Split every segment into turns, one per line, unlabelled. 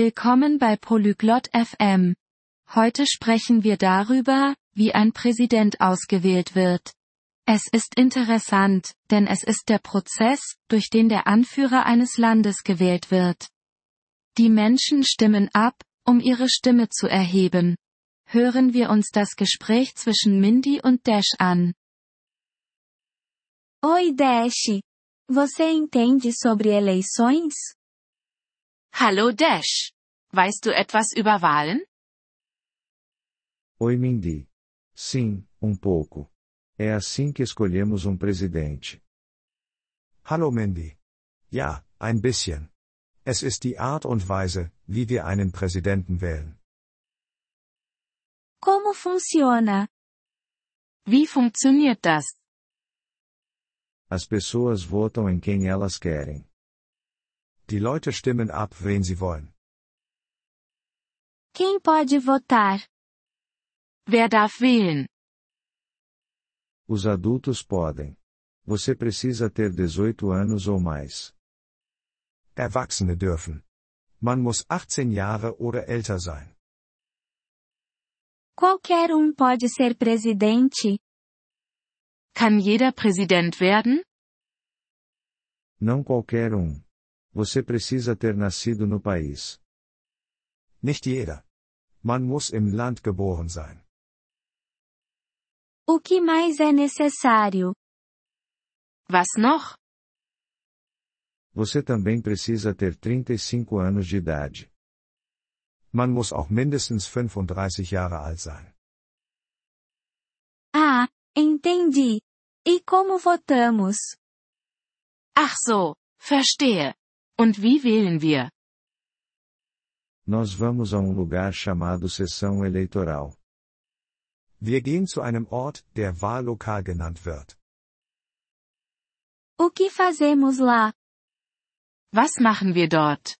Willkommen bei Polyglot FM. Heute sprechen wir darüber, wie ein Präsident ausgewählt wird. Es ist interessant, denn es ist der Prozess, durch den der Anführer eines Landes gewählt wird. Die Menschen stimmen ab, um ihre Stimme zu erheben. Hören wir uns das Gespräch zwischen Mindy und Dash an.
Oi, Dash. Você entende sobre eleições?
Hallo Dash. Weißt du etwas über Wahlen?
Oi, Mindy. Sim, um pouco. É assim que escolhemos um presidente.
Hallo, Mindy. Ja, ein bisschen. Es ist die Art und Weise, wie wir einen Präsidenten wählen.
Como funciona?
Wie funktioniert das?
As pessoas votam em quem elas querem.
Die Leute stimmen ab, wen sie wollen.
Quem pode votar?
Wer darf wählen?
Os adultos podem. Você precisa ter 18 anos ou mais.
Erwachsene dürfen. Man muss 18 Jahre oder älter sein.
Qualquer um pode ser presidente?
Kann jeder Präsident werden?
Não qualquer um. Você precisa ter nascido no país.
Nicht jeder. Man muss im Land geboren sein.
O que mais é necessário?
Was noch?
Você também precisa ter 35 anos de idade.
Man muss auch mindestens 35 Jahre alt sein.
Ah, entendi. E como votamos?
Ach so, verstehe. Und wie wählen wir?
Nós vamos a um lugar chamado sessão eleitoral.
Wir gehen zu einem Ort, der Wahllokal genannt wird.
O que fazemos lá?
Was machen wir dort?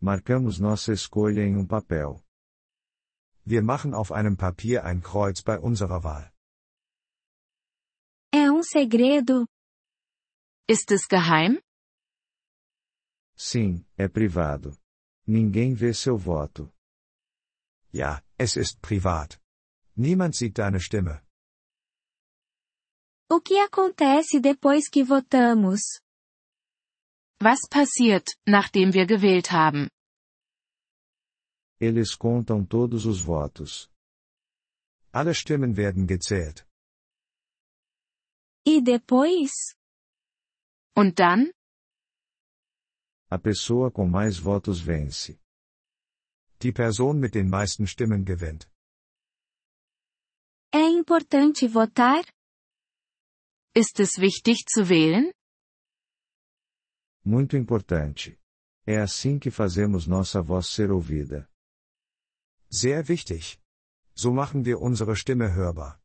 Marcamos nossa escolha em um papel.
Wir machen auf einem Papier ein Kreuz bei unserer Wahl.
É um segredo?
Ist es geheim?
Sim, é privado. Ninguém vê seu voto.
Ja, es ist privat. Niemand sieht deine Stimme.
O que acontece depois que votamos?
Was passiert, nachdem wir gewählt haben?
Eles contam todos os votos.
Alle Stimmen werden gezählt.
E depois?
Und dann?
A pessoa com mais votos vence.
Die Person mit den meisten Stimmen gewinnt.
É importante votar?
Ist es wichtig zu wählen?
Muito importante. É assim que fazemos nossa voz ser ouvida.
Sehr wichtig. So machen wir unsere Stimme hörbar.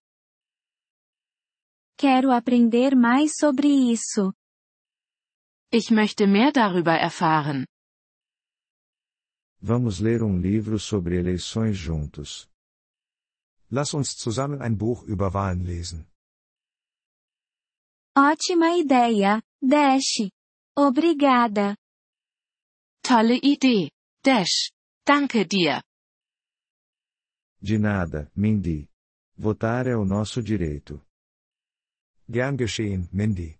Quero aprender mais sobre isso.
Ich möchte mehr darüber erfahren.
Vamos ler um livro sobre eleições juntos.
Lass uns zusammen ein Buch über Wahlen lesen.
Ótima ideia, Dash. Obrigada.
Tolle Idee. Dash. Danke dir.
De nada, Mindy. Votar é o nosso direito.
Gern geschehen, Mindy.